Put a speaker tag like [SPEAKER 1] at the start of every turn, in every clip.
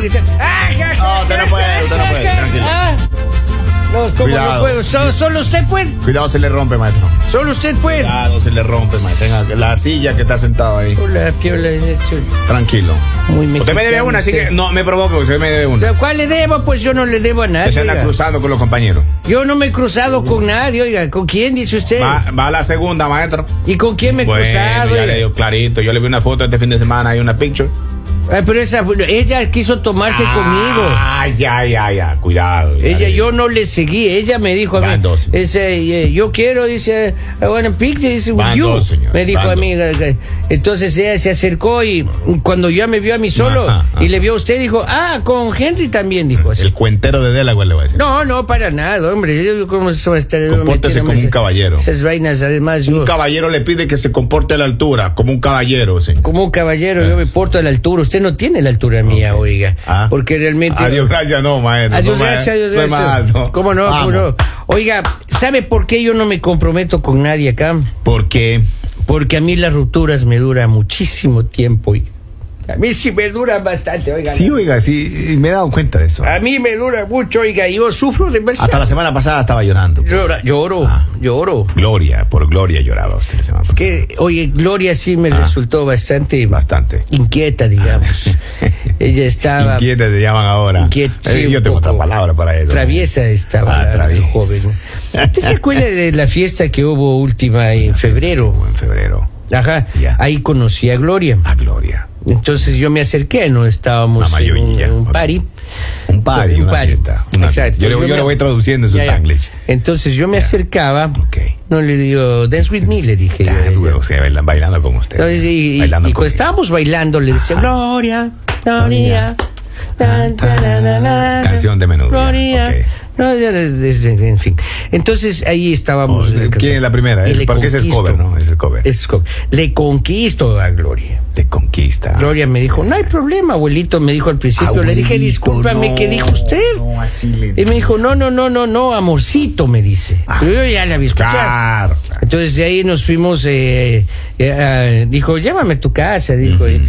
[SPEAKER 1] gritar. ¡Ah, ja, ja,
[SPEAKER 2] No, usted
[SPEAKER 1] ja,
[SPEAKER 2] no puede,
[SPEAKER 1] ja,
[SPEAKER 2] usted no
[SPEAKER 1] ja,
[SPEAKER 2] puede,
[SPEAKER 1] ja!
[SPEAKER 2] tranquilo.
[SPEAKER 1] Ah. No, ¿cómo
[SPEAKER 2] Cuidado.
[SPEAKER 1] no puedo? So- solo usted puede.
[SPEAKER 2] Cuidado, se le rompe, maestro.
[SPEAKER 1] Solo usted puede.
[SPEAKER 2] Cuidado, se le rompe, maestro. Tenga la silla que está sentado ahí.
[SPEAKER 1] Hola, piola, es
[SPEAKER 2] Tranquilo.
[SPEAKER 1] Muy
[SPEAKER 2] Usted me debe
[SPEAKER 1] mexicano
[SPEAKER 2] una, así
[SPEAKER 1] usted.
[SPEAKER 2] que no me provoca, usted me debe una.
[SPEAKER 1] ¿Pero ¿Cuál le debo? Pues yo no le debo a nadie.
[SPEAKER 2] Que se anda
[SPEAKER 1] oiga.
[SPEAKER 2] cruzando con los compañeros.
[SPEAKER 1] Yo no me he cruzado con nadie, oiga. ¿Con quién dice usted?
[SPEAKER 2] Va, va a la segunda, maestro.
[SPEAKER 1] ¿Y con quién me he
[SPEAKER 2] Bueno,
[SPEAKER 1] cruzado?
[SPEAKER 2] ya
[SPEAKER 1] oiga?
[SPEAKER 2] le dio clarito. Yo le vi una foto este fin de semana, hay una picture.
[SPEAKER 1] Ay, Ah, pero esa, ella quiso tomarse
[SPEAKER 2] Ah.
[SPEAKER 1] conmigo.
[SPEAKER 2] Ay, ya, ya, ya. Cuidado. ya
[SPEAKER 1] Ella,
[SPEAKER 2] le-
[SPEAKER 1] yo no le seguí, ella me dijo a
[SPEAKER 2] Van
[SPEAKER 1] mí,
[SPEAKER 2] dos.
[SPEAKER 1] dice, eh, yo quiero, dice, I want a picture, dice, with
[SPEAKER 2] Van
[SPEAKER 1] you.
[SPEAKER 2] dos, señor,
[SPEAKER 1] me dijo
[SPEAKER 2] van
[SPEAKER 1] a mí, eh, eh, entonces ella se acercó y cuando ya me vio a mí solo
[SPEAKER 2] Ajá, ajá.
[SPEAKER 1] y le vio a usted, dijo, ah, con Henry también, dijo así.
[SPEAKER 2] El cuentero de Delaware le voy a decir.
[SPEAKER 1] No, no, para nada, hombre, yo digo, ¿cómo se va a estar yo metiéndome
[SPEAKER 2] Compórtese como un
[SPEAKER 1] esas-
[SPEAKER 2] caballero.
[SPEAKER 1] Esas vainas, además, yo,
[SPEAKER 2] Un caballero le pide que se comporte a la altura, como un caballero, señor.
[SPEAKER 1] como un caballero, yo me
[SPEAKER 2] Eso.
[SPEAKER 1] porto a la altura, usted no tiene la altura mía, oiga,
[SPEAKER 2] Ah.
[SPEAKER 1] porque realmente...
[SPEAKER 2] Adiós, gracias, no, maestro.
[SPEAKER 1] Adiós,
[SPEAKER 2] Soy ma-
[SPEAKER 1] gracias, adiós,
[SPEAKER 2] soy
[SPEAKER 1] gracias.
[SPEAKER 2] más alto.
[SPEAKER 1] ¿Cómo no?
[SPEAKER 2] Vamos.
[SPEAKER 1] ¿Cómo no? Oiga, ¿sabe por qué yo no me comprometo con nadie acá?
[SPEAKER 2] Porque
[SPEAKER 1] Porque a mí las rupturas me duran muchísimo tiempo. Y a mí sí me duran bastante, oiga.
[SPEAKER 2] Sí, oiga, sí, y me he dado cuenta de eso.
[SPEAKER 1] A mí me dura mucho, oiga, yo sufro
[SPEAKER 2] Hasta
[SPEAKER 1] demasiado.
[SPEAKER 2] la semana pasada estaba llorando.
[SPEAKER 1] Llora- Lloro,
[SPEAKER 2] Ah.
[SPEAKER 1] lloro.
[SPEAKER 2] Gloria, por Gloria lloraba usted la semana pasada.
[SPEAKER 1] Que, oye, Gloria sí me
[SPEAKER 2] Ah.
[SPEAKER 1] resultó bastante
[SPEAKER 2] Bastante.
[SPEAKER 1] inquieta, digamos. Ella estaba...
[SPEAKER 2] Inquieta te llaman ahora.
[SPEAKER 1] Inquieta, sí,
[SPEAKER 2] Eh,
[SPEAKER 1] un
[SPEAKER 2] yo tengo
[SPEAKER 1] poco
[SPEAKER 2] otra palabra para eso.
[SPEAKER 1] Traviesa estaba
[SPEAKER 2] Ah,
[SPEAKER 1] la- la
[SPEAKER 2] traviesa.
[SPEAKER 1] joven. ¿Usted se acuerda de la fiesta que hubo última en febrero?
[SPEAKER 2] O En febrero.
[SPEAKER 1] Ajá,
[SPEAKER 2] Ya.
[SPEAKER 1] ahí conocí a Gloria.
[SPEAKER 2] A Gloria.
[SPEAKER 1] Entonces yo me acerqué, no estábamos
[SPEAKER 2] Mamá,
[SPEAKER 1] en
[SPEAKER 2] yo-
[SPEAKER 1] un,
[SPEAKER 2] ya,
[SPEAKER 1] en un
[SPEAKER 2] ok.
[SPEAKER 1] party.
[SPEAKER 2] Un party,
[SPEAKER 1] Un
[SPEAKER 2] una
[SPEAKER 1] party.
[SPEAKER 2] fiesta, una
[SPEAKER 1] Exacto.
[SPEAKER 2] fiesta. Yo le- yo
[SPEAKER 1] me-
[SPEAKER 2] le voy traduciendo en su
[SPEAKER 1] Ya, ya.
[SPEAKER 2] Spanglish.
[SPEAKER 1] Entonces yo me
[SPEAKER 2] Ya.
[SPEAKER 1] acercaba,
[SPEAKER 2] Ok.
[SPEAKER 1] no le digo, dance with me, le dije. yo a
[SPEAKER 2] Dance,
[SPEAKER 1] ella.
[SPEAKER 2] güey, o sea, bailan- bailando con usted.
[SPEAKER 1] Entonces, y, y-
[SPEAKER 2] bailando
[SPEAKER 1] y
[SPEAKER 2] con
[SPEAKER 1] cuando estábamos bailando le decía,
[SPEAKER 2] Ajá. Ah,
[SPEAKER 1] Gloria, Gloria. tan, tan, tan, tan, tan,
[SPEAKER 2] Canción de menudo, ya,
[SPEAKER 1] Gloria.
[SPEAKER 2] ok.
[SPEAKER 1] Gloria, en fin. Entonces ahí estábamos. eh,
[SPEAKER 2] Oh, ¿quién es la primera?
[SPEAKER 1] Y
[SPEAKER 2] Es-
[SPEAKER 1] le
[SPEAKER 2] porque ese es
[SPEAKER 1] conquisto.
[SPEAKER 2] cover, ¿no? Ese es cover.
[SPEAKER 1] Es cover. Le conquisto a Gloria.
[SPEAKER 2] Te conquista.
[SPEAKER 1] Gloria me dijo, no hay problema, abuelito, me dijo al principio. le dije,
[SPEAKER 2] Abuelito,
[SPEAKER 1] discúlpame,
[SPEAKER 2] no,
[SPEAKER 1] ¿qué dijo usted?
[SPEAKER 2] no, así le
[SPEAKER 1] y
[SPEAKER 2] digo.
[SPEAKER 1] me dijo, no, no, no, no, no, amorcito, me dice.
[SPEAKER 2] Ah.
[SPEAKER 1] Pero yo ya la había escuchado.
[SPEAKER 2] Claro.
[SPEAKER 1] Entonces de ahí nos fuimos, eh, eh, ah, dijo, llévame a tu casa, dijo. y,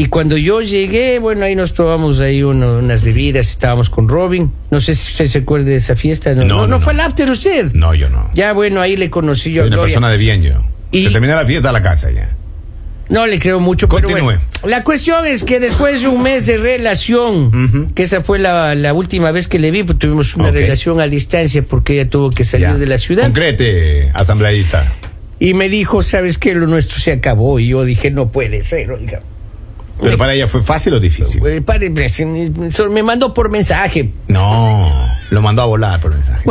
[SPEAKER 1] y cuando yo llegué, bueno, ahí nos tomamos ahí uno- unas bebidas, estábamos con Robin. No sé si usted se acuerda de esa fiesta. No, no, no,
[SPEAKER 2] no,
[SPEAKER 1] fue al
[SPEAKER 2] no.
[SPEAKER 1] after usted.
[SPEAKER 2] No, yo no.
[SPEAKER 1] Ya, bueno, ahí le conocí yo a
[SPEAKER 2] Soy una
[SPEAKER 1] Gloria.
[SPEAKER 2] persona de bien yo.
[SPEAKER 1] Y-
[SPEAKER 2] Se termina la fiesta a la casa ya.
[SPEAKER 1] No le creo mucho, pero
[SPEAKER 2] Continúe.
[SPEAKER 1] bueno. La cuestión es que después de un mes de relación, que esa fue la, la última vez que le vi, pues tuvimos una
[SPEAKER 2] Ok.
[SPEAKER 1] relación a distancia porque ella tuvo que salir
[SPEAKER 2] Ya.
[SPEAKER 1] de la ciudad.
[SPEAKER 2] Concrete, asambleísta.
[SPEAKER 1] Y me dijo, ¿sabes qué? Lo nuestro se acabó. Y yo dije, no puede ser, oiga.
[SPEAKER 2] Pero para ella fue fácil o difícil.
[SPEAKER 1] Eh, pare, se- me mandó por mensaje.
[SPEAKER 2] No, lo mandó a volar por mensaje.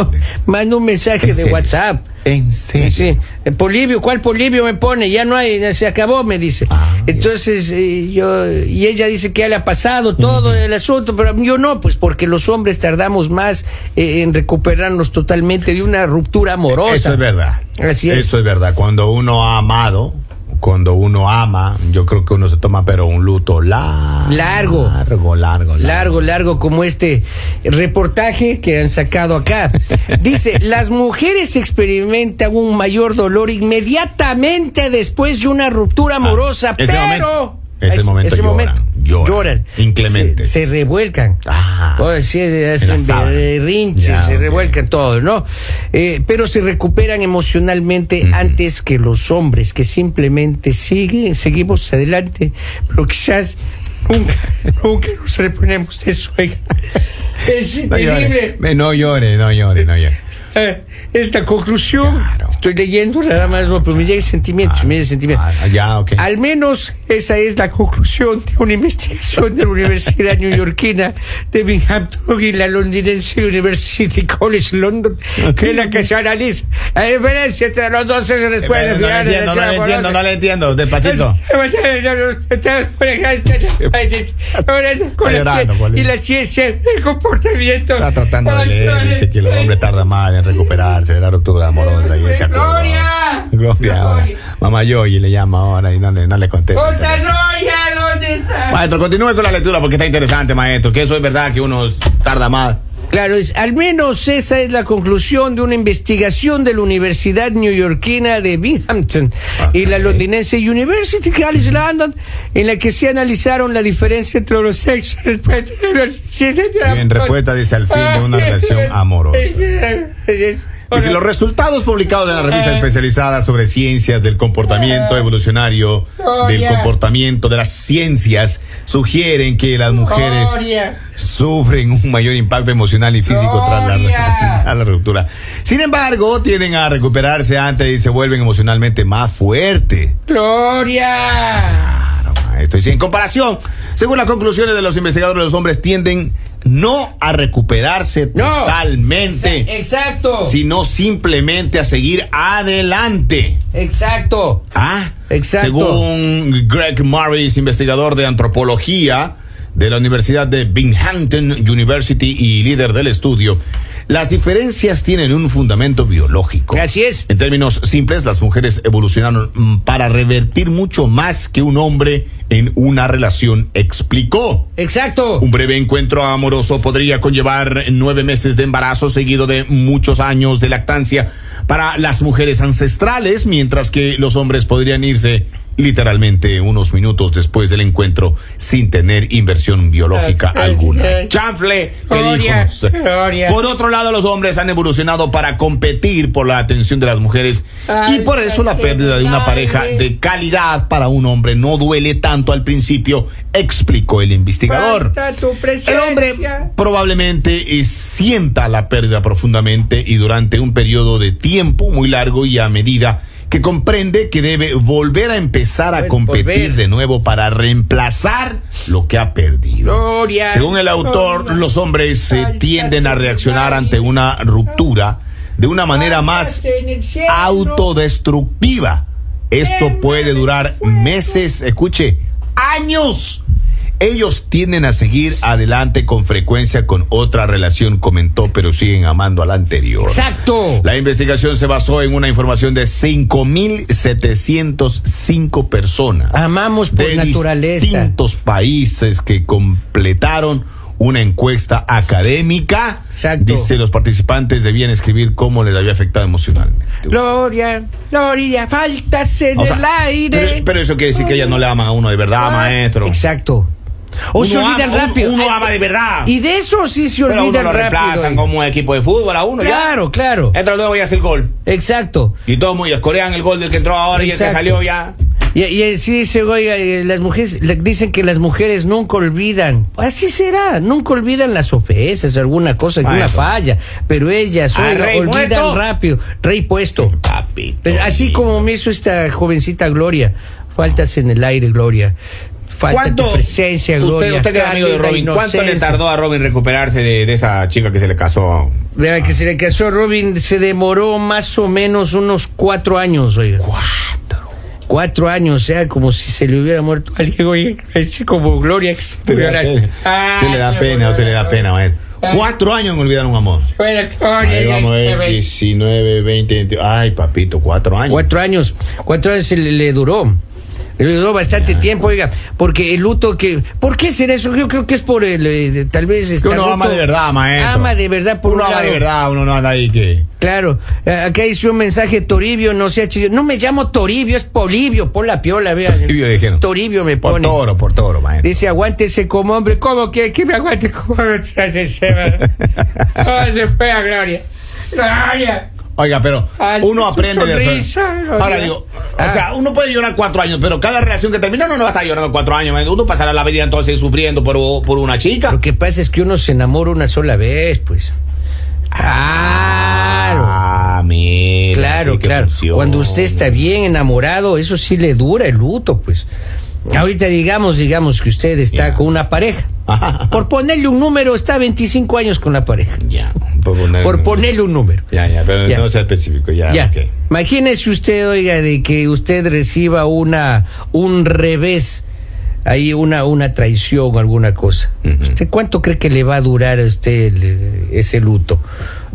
[SPEAKER 1] Mandó un mensaje
[SPEAKER 2] ¿En
[SPEAKER 1] de
[SPEAKER 2] serio?
[SPEAKER 1] WhatsApp.
[SPEAKER 2] En serio.
[SPEAKER 1] Sí. Eh, Polibio, ¿cuál Polibio me pone? Ya no hay, ya se acabó, me dice.
[SPEAKER 2] Ah,
[SPEAKER 1] Entonces, eh, yo, y ella dice que ya le ha pasado todo el asunto, pero yo no, pues porque los hombres tardamos más eh, en recuperarnos totalmente de una ruptura amorosa.
[SPEAKER 2] E, Eso es verdad.
[SPEAKER 1] Así es.
[SPEAKER 2] Eso es verdad. Cuando uno ha amado, cuando uno ama, yo creo que uno se toma, pero un luto largo.
[SPEAKER 1] Largo.
[SPEAKER 2] Largo, largo,
[SPEAKER 1] Largo, largo como este reportaje que han sacado acá. Dice, las mujeres experimentan un mayor dolor inmediatamente después de una ruptura amorosa,
[SPEAKER 2] Ah, ese
[SPEAKER 1] pero...
[SPEAKER 2] momento- ese momento lloran, lloran,
[SPEAKER 1] Inclemente.
[SPEAKER 2] inclementes.
[SPEAKER 1] Se, se revuelcan.
[SPEAKER 2] Ah.
[SPEAKER 1] Ahora sí, hacen
[SPEAKER 2] En la sábana.
[SPEAKER 1] berrinches,
[SPEAKER 2] Ya,
[SPEAKER 1] se
[SPEAKER 2] ok.
[SPEAKER 1] revuelcan todo, ¿no? Eh, pero se recuperan emocionalmente antes que los hombres, que simplemente siguen, seguimos adelante, pero quizás nunca, nunca nos reponemos de eso, oiga. Es
[SPEAKER 2] No llore,
[SPEAKER 1] terrible.
[SPEAKER 2] Eh, no llore, no llore, no llore.
[SPEAKER 1] eh, Esta conclusión,
[SPEAKER 2] Claro.
[SPEAKER 1] estoy leyendo nada más, no, pero me llega el sentimiento,
[SPEAKER 2] Claro.
[SPEAKER 1] me llega el sentimiento.
[SPEAKER 2] Ah, ya, ok.
[SPEAKER 1] Al menos esa es la conclusión de una investigación de la Universidad neoyorquina de Binghamton y la londinense University College London, que es la que se analiza la diferencia entre los dos se
[SPEAKER 2] Eh, No
[SPEAKER 1] después de
[SPEAKER 2] le entiendo, no le entiendo, no le entiendo. Despacito. llorando, ¿cuál es?
[SPEAKER 1] Y la ciencia del comportamiento.
[SPEAKER 2] Está tratando de leer, dice que los hombres tardan más en recuperarse de la ruptura amorosa y él se acordó.
[SPEAKER 1] Gloria.
[SPEAKER 2] Gloria ahora. Mamá Yoyi le llama ahora y no le, no le contesta.
[SPEAKER 1] ¡Costa Roya, ¿dónde está?
[SPEAKER 2] Maestro, continúe con la lectura porque está interesante, maestro. Que eso es verdad que uno tarda más
[SPEAKER 1] Claro, es, al menos esa es la conclusión de una investigación de la Universidad Neoyorquina de Binghamton y la
[SPEAKER 2] Ok.
[SPEAKER 1] londinense University College London, en la que se analizaron la diferencia entre los sexos.
[SPEAKER 2] Y en respuesta dice al fin de una relación amorosa. Dice, los resultados publicados en la
[SPEAKER 1] Eh.
[SPEAKER 2] revista especializada sobre ciencias del comportamiento evolucionario
[SPEAKER 1] Oh,
[SPEAKER 2] del
[SPEAKER 1] yeah.
[SPEAKER 2] comportamiento de las ciencias sugieren que las mujeres
[SPEAKER 1] Gloria.
[SPEAKER 2] sufren un mayor impacto emocional y físico tras
[SPEAKER 1] Oh,
[SPEAKER 2] la,
[SPEAKER 1] Gloria.
[SPEAKER 2] a la ruptura. Sin embargo, tienden a recuperarse antes y se vuelven emocionalmente más fuertes.
[SPEAKER 1] Gloria.
[SPEAKER 2] Claro, maestro. Y sin comparación, según las conclusiones de los investigadores, los hombres tienden no a recuperarse
[SPEAKER 1] No.
[SPEAKER 2] totalmente
[SPEAKER 1] Exacto.
[SPEAKER 2] sino simplemente a seguir adelante.
[SPEAKER 1] Exacto.
[SPEAKER 2] ¿Ah?
[SPEAKER 1] Exacto.
[SPEAKER 2] Según Greg Morris, investigador de antropología de la Universidad de Binghamton University y líder del estudio, las diferencias tienen un fundamento biológico.
[SPEAKER 1] Así es.
[SPEAKER 2] En términos simples, las mujeres evolucionaron mm, para revertir mucho más que un hombre en una relación, explicó.
[SPEAKER 1] Exacto.
[SPEAKER 2] Un breve encuentro amoroso podría conllevar nueve meses de embarazo seguido de muchos años de lactancia para las mujeres ancestrales, mientras que los hombres podrían irse literalmente unos minutos después del encuentro sin tener inversión biológica
[SPEAKER 1] Ay, ay,
[SPEAKER 2] alguna.
[SPEAKER 1] ay.
[SPEAKER 2] Chanfle, le
[SPEAKER 1] Gloria,
[SPEAKER 2] dijimos.
[SPEAKER 1] gloria.
[SPEAKER 2] Por otro lado, los hombres han evolucionado para competir por la atención de las mujeres y
[SPEAKER 1] Ay,
[SPEAKER 2] por eso la
[SPEAKER 1] qué
[SPEAKER 2] pérdida de una pareja
[SPEAKER 1] padre.
[SPEAKER 2] de calidad para un hombre no duele tanto al principio, explicó el investigador.
[SPEAKER 1] Falta tu
[SPEAKER 2] El
[SPEAKER 1] presencia.
[SPEAKER 2] hombre probablemente eh, sienta la pérdida profundamente y durante un periodo de tiempo muy largo y a medida que comprende que debe volver a empezar a
[SPEAKER 1] Vol-
[SPEAKER 2] competir
[SPEAKER 1] volver.
[SPEAKER 2] de nuevo para reemplazar lo que ha perdido.
[SPEAKER 1] Gloria.
[SPEAKER 2] Según el autor,
[SPEAKER 1] Gloria.
[SPEAKER 2] los hombres eh,
[SPEAKER 1] Alza
[SPEAKER 2] tienden a
[SPEAKER 1] tu
[SPEAKER 2] reaccionar
[SPEAKER 1] gloria.
[SPEAKER 2] ante una ruptura de una manera más
[SPEAKER 1] Alzate este, en el cielo.
[SPEAKER 2] autodestructiva. Esto puede durar meses, escuche, años. Ellos tienden a seguir adelante con frecuencia con otra relación, comentó, pero siguen amando a la anterior.
[SPEAKER 1] Exacto.
[SPEAKER 2] La investigación se basó en una información de 5.705 personas
[SPEAKER 1] Amamos por
[SPEAKER 2] de
[SPEAKER 1] naturaleza.
[SPEAKER 2] distintos países que completaron una encuesta académica.
[SPEAKER 1] Exacto.
[SPEAKER 2] Dice, los participantes debían escribir cómo les había afectado emocionalmente.
[SPEAKER 1] Gloria, gloria, faltas en
[SPEAKER 2] O sea,
[SPEAKER 1] el aire. Ah,
[SPEAKER 2] Pero, pero eso quiere decir que ellas no le aman a uno de verdad, maestro.
[SPEAKER 1] Exacto. O se
[SPEAKER 2] Uno
[SPEAKER 1] olvidan
[SPEAKER 2] ama- uno-
[SPEAKER 1] rápido.
[SPEAKER 2] uno
[SPEAKER 1] Ay,
[SPEAKER 2] ama de verdad.
[SPEAKER 1] Y de eso sí se
[SPEAKER 2] Pero a uno
[SPEAKER 1] olvidan
[SPEAKER 2] lo
[SPEAKER 1] rápido. eh.
[SPEAKER 2] reemplazan como un equipo de fútbol a uno. ya.
[SPEAKER 1] Claro, claro.
[SPEAKER 2] Entra luego y hace el gol.
[SPEAKER 1] Exacto.
[SPEAKER 2] Y todos muy corean el gol del que entró ahora y el que
[SPEAKER 1] Exacto.
[SPEAKER 2] salió ya.
[SPEAKER 1] Y, y sí dice, oiga, eh, las mujeres, le- dicen que las mujeres nunca olvidan. Así será, nunca olvidan las ofensas, alguna cosa, alguna
[SPEAKER 2] Maestro.
[SPEAKER 1] falla. Pero ellas,
[SPEAKER 2] Ah,
[SPEAKER 1] oiga,
[SPEAKER 2] rey
[SPEAKER 1] olvidan
[SPEAKER 2] muerto.
[SPEAKER 1] rápido. Rey puesto.
[SPEAKER 2] Papi.
[SPEAKER 1] Pero Pues así como me hizo esta jovencita Gloria, faltas en el aire, Gloria. Falta
[SPEAKER 2] ¿Cuánto?
[SPEAKER 1] tu presencia, Gloria.
[SPEAKER 2] usted, usted que es amigo de
[SPEAKER 1] cálida
[SPEAKER 2] Robin, ¿cuánto le
[SPEAKER 1] inocencia.
[SPEAKER 2] tardó a Robin recuperarse de, de esa chica que se le casó?
[SPEAKER 1] Vea que se le casó a Robin, se demoró más o menos unos cuatro años, oiga.
[SPEAKER 2] Cuatro.
[SPEAKER 1] Cuatro años, o sea, como si se le hubiera muerto alguien, oiga. Es como Gloria que se
[SPEAKER 2] Usted le da pena,
[SPEAKER 1] Ah,
[SPEAKER 2] usted le da pena, usted le da pena, maestro. Cuatro años en olvidar un amor.
[SPEAKER 1] Bueno, Gloria,
[SPEAKER 2] Ahí vamos a ver, 19, 20, 20. Ay, papito, cuatro años.
[SPEAKER 1] Cuatro años, cuatro años se le, le duró. Le duró bastante tiempo, oiga, porque el luto que... ¿Por qué será eso? Yo creo que es por el... eh, de- tal vez...
[SPEAKER 2] Que
[SPEAKER 1] está
[SPEAKER 2] uno ama
[SPEAKER 1] roto.
[SPEAKER 2] de verdad, maestro.
[SPEAKER 1] Ama de verdad por
[SPEAKER 2] Uno
[SPEAKER 1] un
[SPEAKER 2] ama de
[SPEAKER 1] lado.
[SPEAKER 2] verdad, uno no anda ahí que.
[SPEAKER 1] Claro, eh, acá hice un mensaje Toribio, no sea chido. No me llamo Toribio, es Polibio, por la piola, vea.
[SPEAKER 2] Toribio dijeron.
[SPEAKER 1] Toribio me
[SPEAKER 2] Por
[SPEAKER 1] pone.
[SPEAKER 2] toro, por toro, maestro.
[SPEAKER 1] Dice, aguántese como hombre. ¿Cómo que, que me aguante como hombre? Se hace llevar. Oh, se fue a Gloria. Gloria.
[SPEAKER 2] Oiga, pero
[SPEAKER 1] Ay,
[SPEAKER 2] uno
[SPEAKER 1] tu
[SPEAKER 2] aprende de eso.
[SPEAKER 1] sonrisa, Gloria.
[SPEAKER 2] Ahora digo,
[SPEAKER 1] Ah.
[SPEAKER 2] o sea, uno puede llorar cuatro años, pero cada relación que termina uno no va a estar llorando cuatro años. maestro. Uno pasará la vida entonces sufriendo por, por una chica.
[SPEAKER 1] Lo que pasa es que uno se enamora una sola vez, pues. Claro.
[SPEAKER 2] Ah, mira,
[SPEAKER 1] Claro,
[SPEAKER 2] así que
[SPEAKER 1] claro.
[SPEAKER 2] funciona.
[SPEAKER 1] Cuando usted está bien enamorado, eso sí le dura el luto, pues. Ahorita digamos, digamos que usted está
[SPEAKER 2] Ya.
[SPEAKER 1] con una pareja.
[SPEAKER 2] Ajá.
[SPEAKER 1] Por ponerle un número, está 25 años con la pareja.
[SPEAKER 2] Ya, por poner-
[SPEAKER 1] Por ponerle un número.
[SPEAKER 2] Ya, ya, pero
[SPEAKER 1] Ya.
[SPEAKER 2] no sea específico, ya.
[SPEAKER 1] Ya.
[SPEAKER 2] Ah, ok.
[SPEAKER 1] Imagínese usted, oiga, de que usted reciba una un revés, ahí una una traición, alguna cosa.
[SPEAKER 2] Ujú.
[SPEAKER 1] ¿Usted cuánto cree que le va a durar a usted el- ese luto?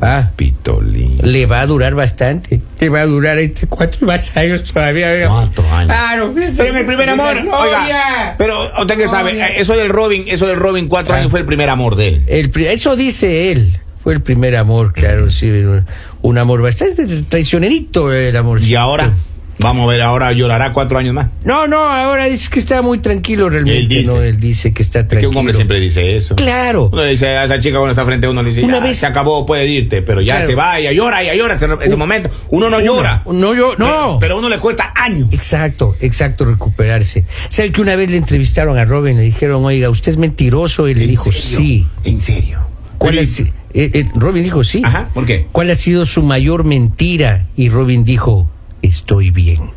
[SPEAKER 1] Ah,
[SPEAKER 2] Pitolín.
[SPEAKER 1] le va a durar bastante. Le va a durar este cuatro más años todavía. oiga.
[SPEAKER 2] Cuatro años.
[SPEAKER 1] Claro. pues,
[SPEAKER 2] Pero en el primer amor, oiga, pero usted que sabe,
[SPEAKER 1] Gloria.
[SPEAKER 2] eh, eso del Robin, eso del Robin cuatro
[SPEAKER 1] Ah.
[SPEAKER 2] años fue el primer amor de él.
[SPEAKER 1] El pri- eso dice él. fue el primer amor, claro, sí, un, un amor bastante traicionerito el amor.
[SPEAKER 2] Y ahora, vamos a ver, ahora llorará cuatro años más.
[SPEAKER 1] No, no, ahora es que está muy tranquilo realmente.
[SPEAKER 2] Él dice.
[SPEAKER 1] ¿no? Él dice que está
[SPEAKER 2] Es que
[SPEAKER 1] tranquilo.
[SPEAKER 2] un hombre siempre dice eso.
[SPEAKER 1] Claro.
[SPEAKER 2] Uno le dice a esa chica cuando está frente a uno, le dice,
[SPEAKER 1] Una
[SPEAKER 2] "Ya,
[SPEAKER 1] vez-
[SPEAKER 2] se acabó, puede irte, pero ya
[SPEAKER 1] Claro.
[SPEAKER 2] se va, ella llora, ella llora, ese, ese momento. Uno no llora,
[SPEAKER 1] No, yo, no.
[SPEAKER 2] pero a uno le cuesta años.
[SPEAKER 1] Exacto, exacto, recuperarse. ¿Sabe que una vez le entrevistaron a Robin? Le dijeron, oiga, ¿usted es mentiroso? Y le
[SPEAKER 2] ¿En
[SPEAKER 1] dijo,
[SPEAKER 2] serio?
[SPEAKER 1] sí.
[SPEAKER 2] En serio.
[SPEAKER 1] ¿Cuál
[SPEAKER 2] Pero-
[SPEAKER 1] ha si- eh, eh, Robin dijo, sí.
[SPEAKER 2] Ajá, ¿por qué?
[SPEAKER 1] ¿Cuál ha sido su mayor mentira? Y Robin dijo, estoy bien.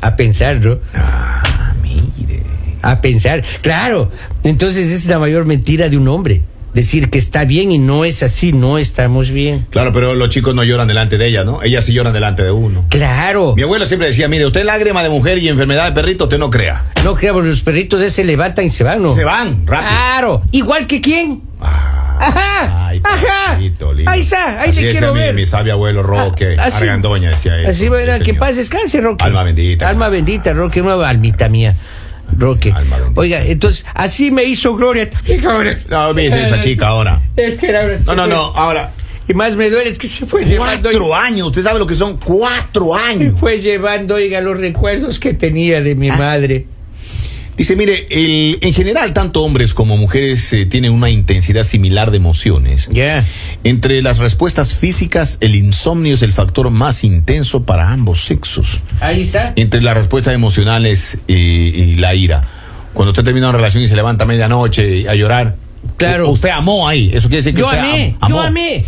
[SPEAKER 1] A pensar, ¿no?
[SPEAKER 2] Ah, mire.
[SPEAKER 1] A pensar. Claro, entonces es la mayor mentira de un hombre. Decir que está bien y no es así, no estamos bien.
[SPEAKER 2] Claro, pero los chicos no lloran delante de ella, ¿no? Ellas sí lloran delante de uno.
[SPEAKER 1] Claro.
[SPEAKER 2] Mi abuelo siempre decía, mire, usted lágrima de mujer y enfermedad de perrito, usted no crea.
[SPEAKER 1] No creamos, los perritos de se levantan y se van, ¿no?
[SPEAKER 2] Se van, rápido.
[SPEAKER 1] Claro. Igual que quién.
[SPEAKER 2] Ah,
[SPEAKER 1] Ajá,
[SPEAKER 2] ay,
[SPEAKER 1] ajá.
[SPEAKER 2] papito lindo.
[SPEAKER 1] Ahí está, ahí
[SPEAKER 2] Así
[SPEAKER 1] te
[SPEAKER 2] decía
[SPEAKER 1] quiero
[SPEAKER 2] mi,
[SPEAKER 1] ver.
[SPEAKER 2] Mi sabio abuelo Roque,
[SPEAKER 1] Ah, así-
[SPEAKER 2] Argandoña decía eso.
[SPEAKER 1] Así va a
[SPEAKER 2] sí,
[SPEAKER 1] dar que
[SPEAKER 2] señor.
[SPEAKER 1] paz descanse, Roque.
[SPEAKER 2] Alma bendita.
[SPEAKER 1] Alma bendita, Roque, una almita mía. Roque.
[SPEAKER 2] Alma bendita.
[SPEAKER 1] Oiga, entonces, así me hizo Gloria también, cabrón.
[SPEAKER 2] No, me dice esa chica ahora.
[SPEAKER 1] Es que era
[SPEAKER 2] No, no, no, ahora.
[SPEAKER 1] Y más me duele es que se fue llevando.
[SPEAKER 2] Cuatro años, usted sabe lo que son cuatro
[SPEAKER 1] Se
[SPEAKER 2] años. Ah.
[SPEAKER 1] fue llevando, oiga, los recuerdos que tenía de mi madre.
[SPEAKER 2] Dice, mire, el- en general, tanto hombres como mujeres eh, tienen una intensidad similar de emociones.
[SPEAKER 1] Ya.
[SPEAKER 2] Entre las respuestas físicas, el insomnio es el factor más intenso para ambos sexos.
[SPEAKER 1] Ahí está.
[SPEAKER 2] Entre las respuestas emocionales y, y la ira. Cuando usted termina una relación y se levanta a medianoche a llorar,
[SPEAKER 1] Claro.
[SPEAKER 2] u- usted amó ahí. Eso quiere decir que
[SPEAKER 1] Yo
[SPEAKER 2] usted am-
[SPEAKER 1] amé,
[SPEAKER 2] amó. Ah.
[SPEAKER 1] yo amé,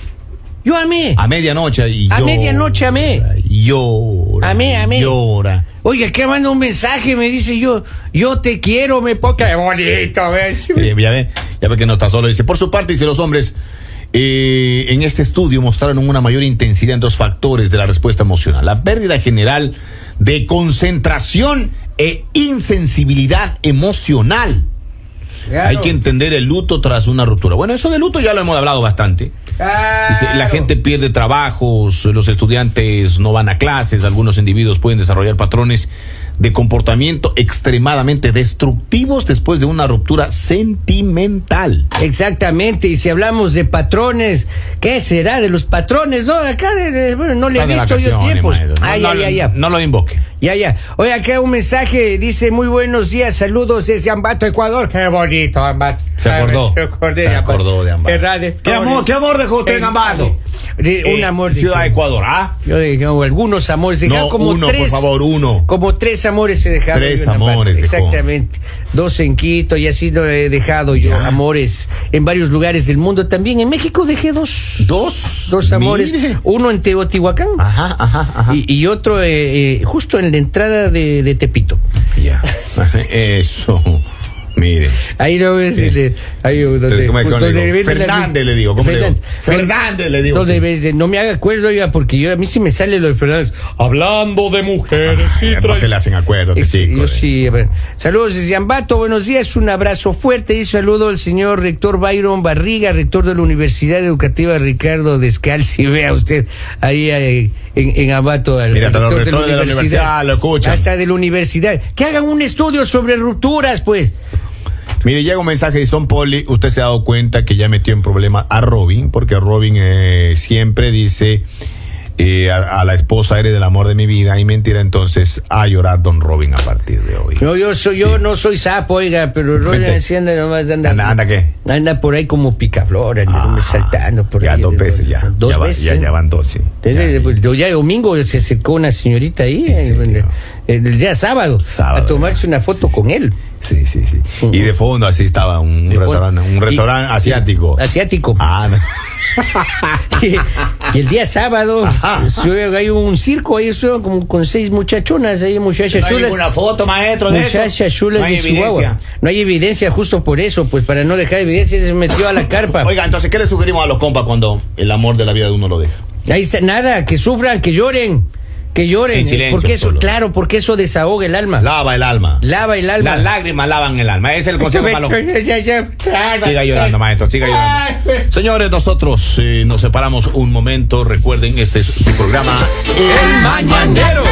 [SPEAKER 1] yo amé.
[SPEAKER 2] A medianoche y
[SPEAKER 1] A
[SPEAKER 2] llora,
[SPEAKER 1] medianoche amé.
[SPEAKER 2] Llora.
[SPEAKER 1] Amé, amé.
[SPEAKER 2] Llora.
[SPEAKER 1] Oiga, que manda un mensaje, me dice yo, yo te quiero, me pongo Qué bonito, a ver si me-
[SPEAKER 2] Eh, ya ve, ya ve que no está solo. Dice, por su parte, dice los hombres, eh, en este estudio mostraron una mayor intensidad en dos factores de la respuesta emocional. La pérdida general de concentración e insensibilidad emocional.
[SPEAKER 1] Claro,
[SPEAKER 2] Hay que entender el luto tras una ruptura. Bueno, eso de luto ya lo hemos hablado bastante. Dice,
[SPEAKER 1] claro.
[SPEAKER 2] la gente pierde trabajos, los estudiantes no van a clases, algunos individuos pueden desarrollar patrones de comportamiento extremadamente destructivos después de una ruptura sentimental.
[SPEAKER 1] Exactamente, y si hablamos de patrones, ¿qué será de los patrones? No, acá de- de- bueno, no le he
[SPEAKER 2] Está de
[SPEAKER 1] visto yo
[SPEAKER 2] vacaciones,
[SPEAKER 1] tiempos.
[SPEAKER 2] maestro. No,
[SPEAKER 1] Ay,
[SPEAKER 2] no
[SPEAKER 1] ay,
[SPEAKER 2] lo-
[SPEAKER 1] ay, ya.
[SPEAKER 2] No lo invoque.
[SPEAKER 1] Ya, ya. Oye, acá un mensaje dice, muy buenos días, saludos desde Ambato, Ecuador. Qué bonito, Ambato.
[SPEAKER 2] Se acordó.
[SPEAKER 1] Se acordé
[SPEAKER 2] Se
[SPEAKER 1] de Ambato.
[SPEAKER 2] acordó de Ambato.
[SPEAKER 1] pues. Qué radio,
[SPEAKER 2] Qué amor, qué amor dejó usted en Ambato.
[SPEAKER 1] Eh, Un
[SPEAKER 2] Eh,
[SPEAKER 1] amor. de-
[SPEAKER 2] Ciudad de Ecuador, ¿ah?
[SPEAKER 1] Yo digo, algunos amores.
[SPEAKER 2] No,
[SPEAKER 1] dejaron como
[SPEAKER 2] uno, por
[SPEAKER 1] tres,
[SPEAKER 2] favor, uno.
[SPEAKER 1] Como tres amores he dejado.
[SPEAKER 2] Tres
[SPEAKER 1] yo en Ambato.
[SPEAKER 2] amores dejó.
[SPEAKER 1] Exactamente. Dos en Quito y así lo he dejado yo.
[SPEAKER 2] Ya.
[SPEAKER 1] Amores en varios lugares del mundo también. En México dejé dos.
[SPEAKER 2] Dos.
[SPEAKER 1] Dos amores.
[SPEAKER 2] Mire.
[SPEAKER 1] Uno en Teotihuacán.
[SPEAKER 2] Ajá, ajá, ajá.
[SPEAKER 1] Y, y otro eh, eh, justo en la entrada de, de Tepito.
[SPEAKER 2] Ya. Eso. Mire.
[SPEAKER 1] Ahí lo ves.
[SPEAKER 2] Sí.
[SPEAKER 1] le- ahí donde,
[SPEAKER 2] ¿Cómo es que
[SPEAKER 1] donde
[SPEAKER 2] le digo?
[SPEAKER 1] venden las-
[SPEAKER 2] Fernández le digo, ¿cómo le digo?
[SPEAKER 1] Donde-
[SPEAKER 2] Fernández le digo.
[SPEAKER 1] donde
[SPEAKER 2] Sí.
[SPEAKER 1] ves- no me haga acuerdo, oiga, porque yo, a mí sí me sale lo de Fernández.
[SPEAKER 3] Hablando de mujeres y
[SPEAKER 2] ¿Por qué le hacen acuerdos,
[SPEAKER 1] Es-
[SPEAKER 2] chicos? eh.
[SPEAKER 1] yo sí, a ver. Saludos desde Ambato, buenos días, un abrazo fuerte y saludo al señor rector Byron Barriga, rector de la Universidad Educativa Ricardo Descalzi. Vea usted ahí eh, en, en Ambato. al
[SPEAKER 2] Mira, hasta los
[SPEAKER 1] rector
[SPEAKER 2] rectores de la universidad lo escuchan.
[SPEAKER 1] Hasta de la universidad. Que hagan un estudio sobre rupturas, pues.
[SPEAKER 2] Mire, llega un mensaje de Son Poli. Usted se ha dado cuenta que ya metió en problemas a Robin, porque Robin eh, siempre dice eh, a, a la esposa eres del amor de mi vida y mentira. Entonces, a llorar Don Robin a partir de hoy.
[SPEAKER 1] No, yo soy, yo
[SPEAKER 2] Sí.
[SPEAKER 1] no soy sapo, oiga, pero Roland
[SPEAKER 2] Vente.
[SPEAKER 1] así anda nomás anda.
[SPEAKER 2] Anda- anda qué?
[SPEAKER 1] Anda por ahí como picaflor, anda
[SPEAKER 2] Ah,
[SPEAKER 1] saltando por
[SPEAKER 2] ya
[SPEAKER 1] ahí.
[SPEAKER 2] dos
[SPEAKER 1] de-
[SPEAKER 2] veces ya.
[SPEAKER 1] Dos
[SPEAKER 2] ya va-
[SPEAKER 1] veces.
[SPEAKER 2] ya,
[SPEAKER 1] ¿eh?
[SPEAKER 2] ya van dos, sí. Ya,
[SPEAKER 1] Entonces,
[SPEAKER 2] y-
[SPEAKER 1] pues, yo ya el domingo se acercó una señorita ahí,
[SPEAKER 2] ¿En
[SPEAKER 1] eh,
[SPEAKER 2] serio?
[SPEAKER 1] el, el día sábado,
[SPEAKER 2] Sábado,
[SPEAKER 1] a tomarse
[SPEAKER 2] ¿verdad?
[SPEAKER 1] una foto
[SPEAKER 2] Sí, sí.
[SPEAKER 1] con él.
[SPEAKER 2] Sí, sí, sí. Y de fondo así estaba un
[SPEAKER 1] Uh-huh. De fondo.
[SPEAKER 2] restaurante, un
[SPEAKER 1] Y-
[SPEAKER 2] restaurante asiático.
[SPEAKER 1] Asiático.
[SPEAKER 2] Ah, no.
[SPEAKER 1] y, el día sábado
[SPEAKER 2] Ajá.
[SPEAKER 1] se- hay un circo, ahí estuvieron como con seis muchachonas, ahí muchachas chulas.
[SPEAKER 2] foto, maestro,
[SPEAKER 1] Muchachas chulas de Chihuahua. No hay evidencia justo por eso, pues para no dejar evidencia se metió a la carpa.
[SPEAKER 2] Oiga, entonces, ¿qué le sugerimos a los compas cuando el amor de la vida de uno lo deja?
[SPEAKER 1] Ahí está, nada, que sufran, que lloren, que lloren.
[SPEAKER 2] En silencio,
[SPEAKER 1] porque eso,
[SPEAKER 2] solo.
[SPEAKER 1] claro, porque eso desahoga el alma.
[SPEAKER 2] Lava el alma.
[SPEAKER 1] lava el alma.
[SPEAKER 2] Las lágrimas lavan el alma. Ese es el consejo para los...
[SPEAKER 1] Ya, ya, ya.
[SPEAKER 2] Siga llorando, maestro, siga
[SPEAKER 1] Ay.
[SPEAKER 2] llorando. Señores, nosotros eh, nos separamos un momento. Recuerden, este es su programa
[SPEAKER 1] El Mañanero.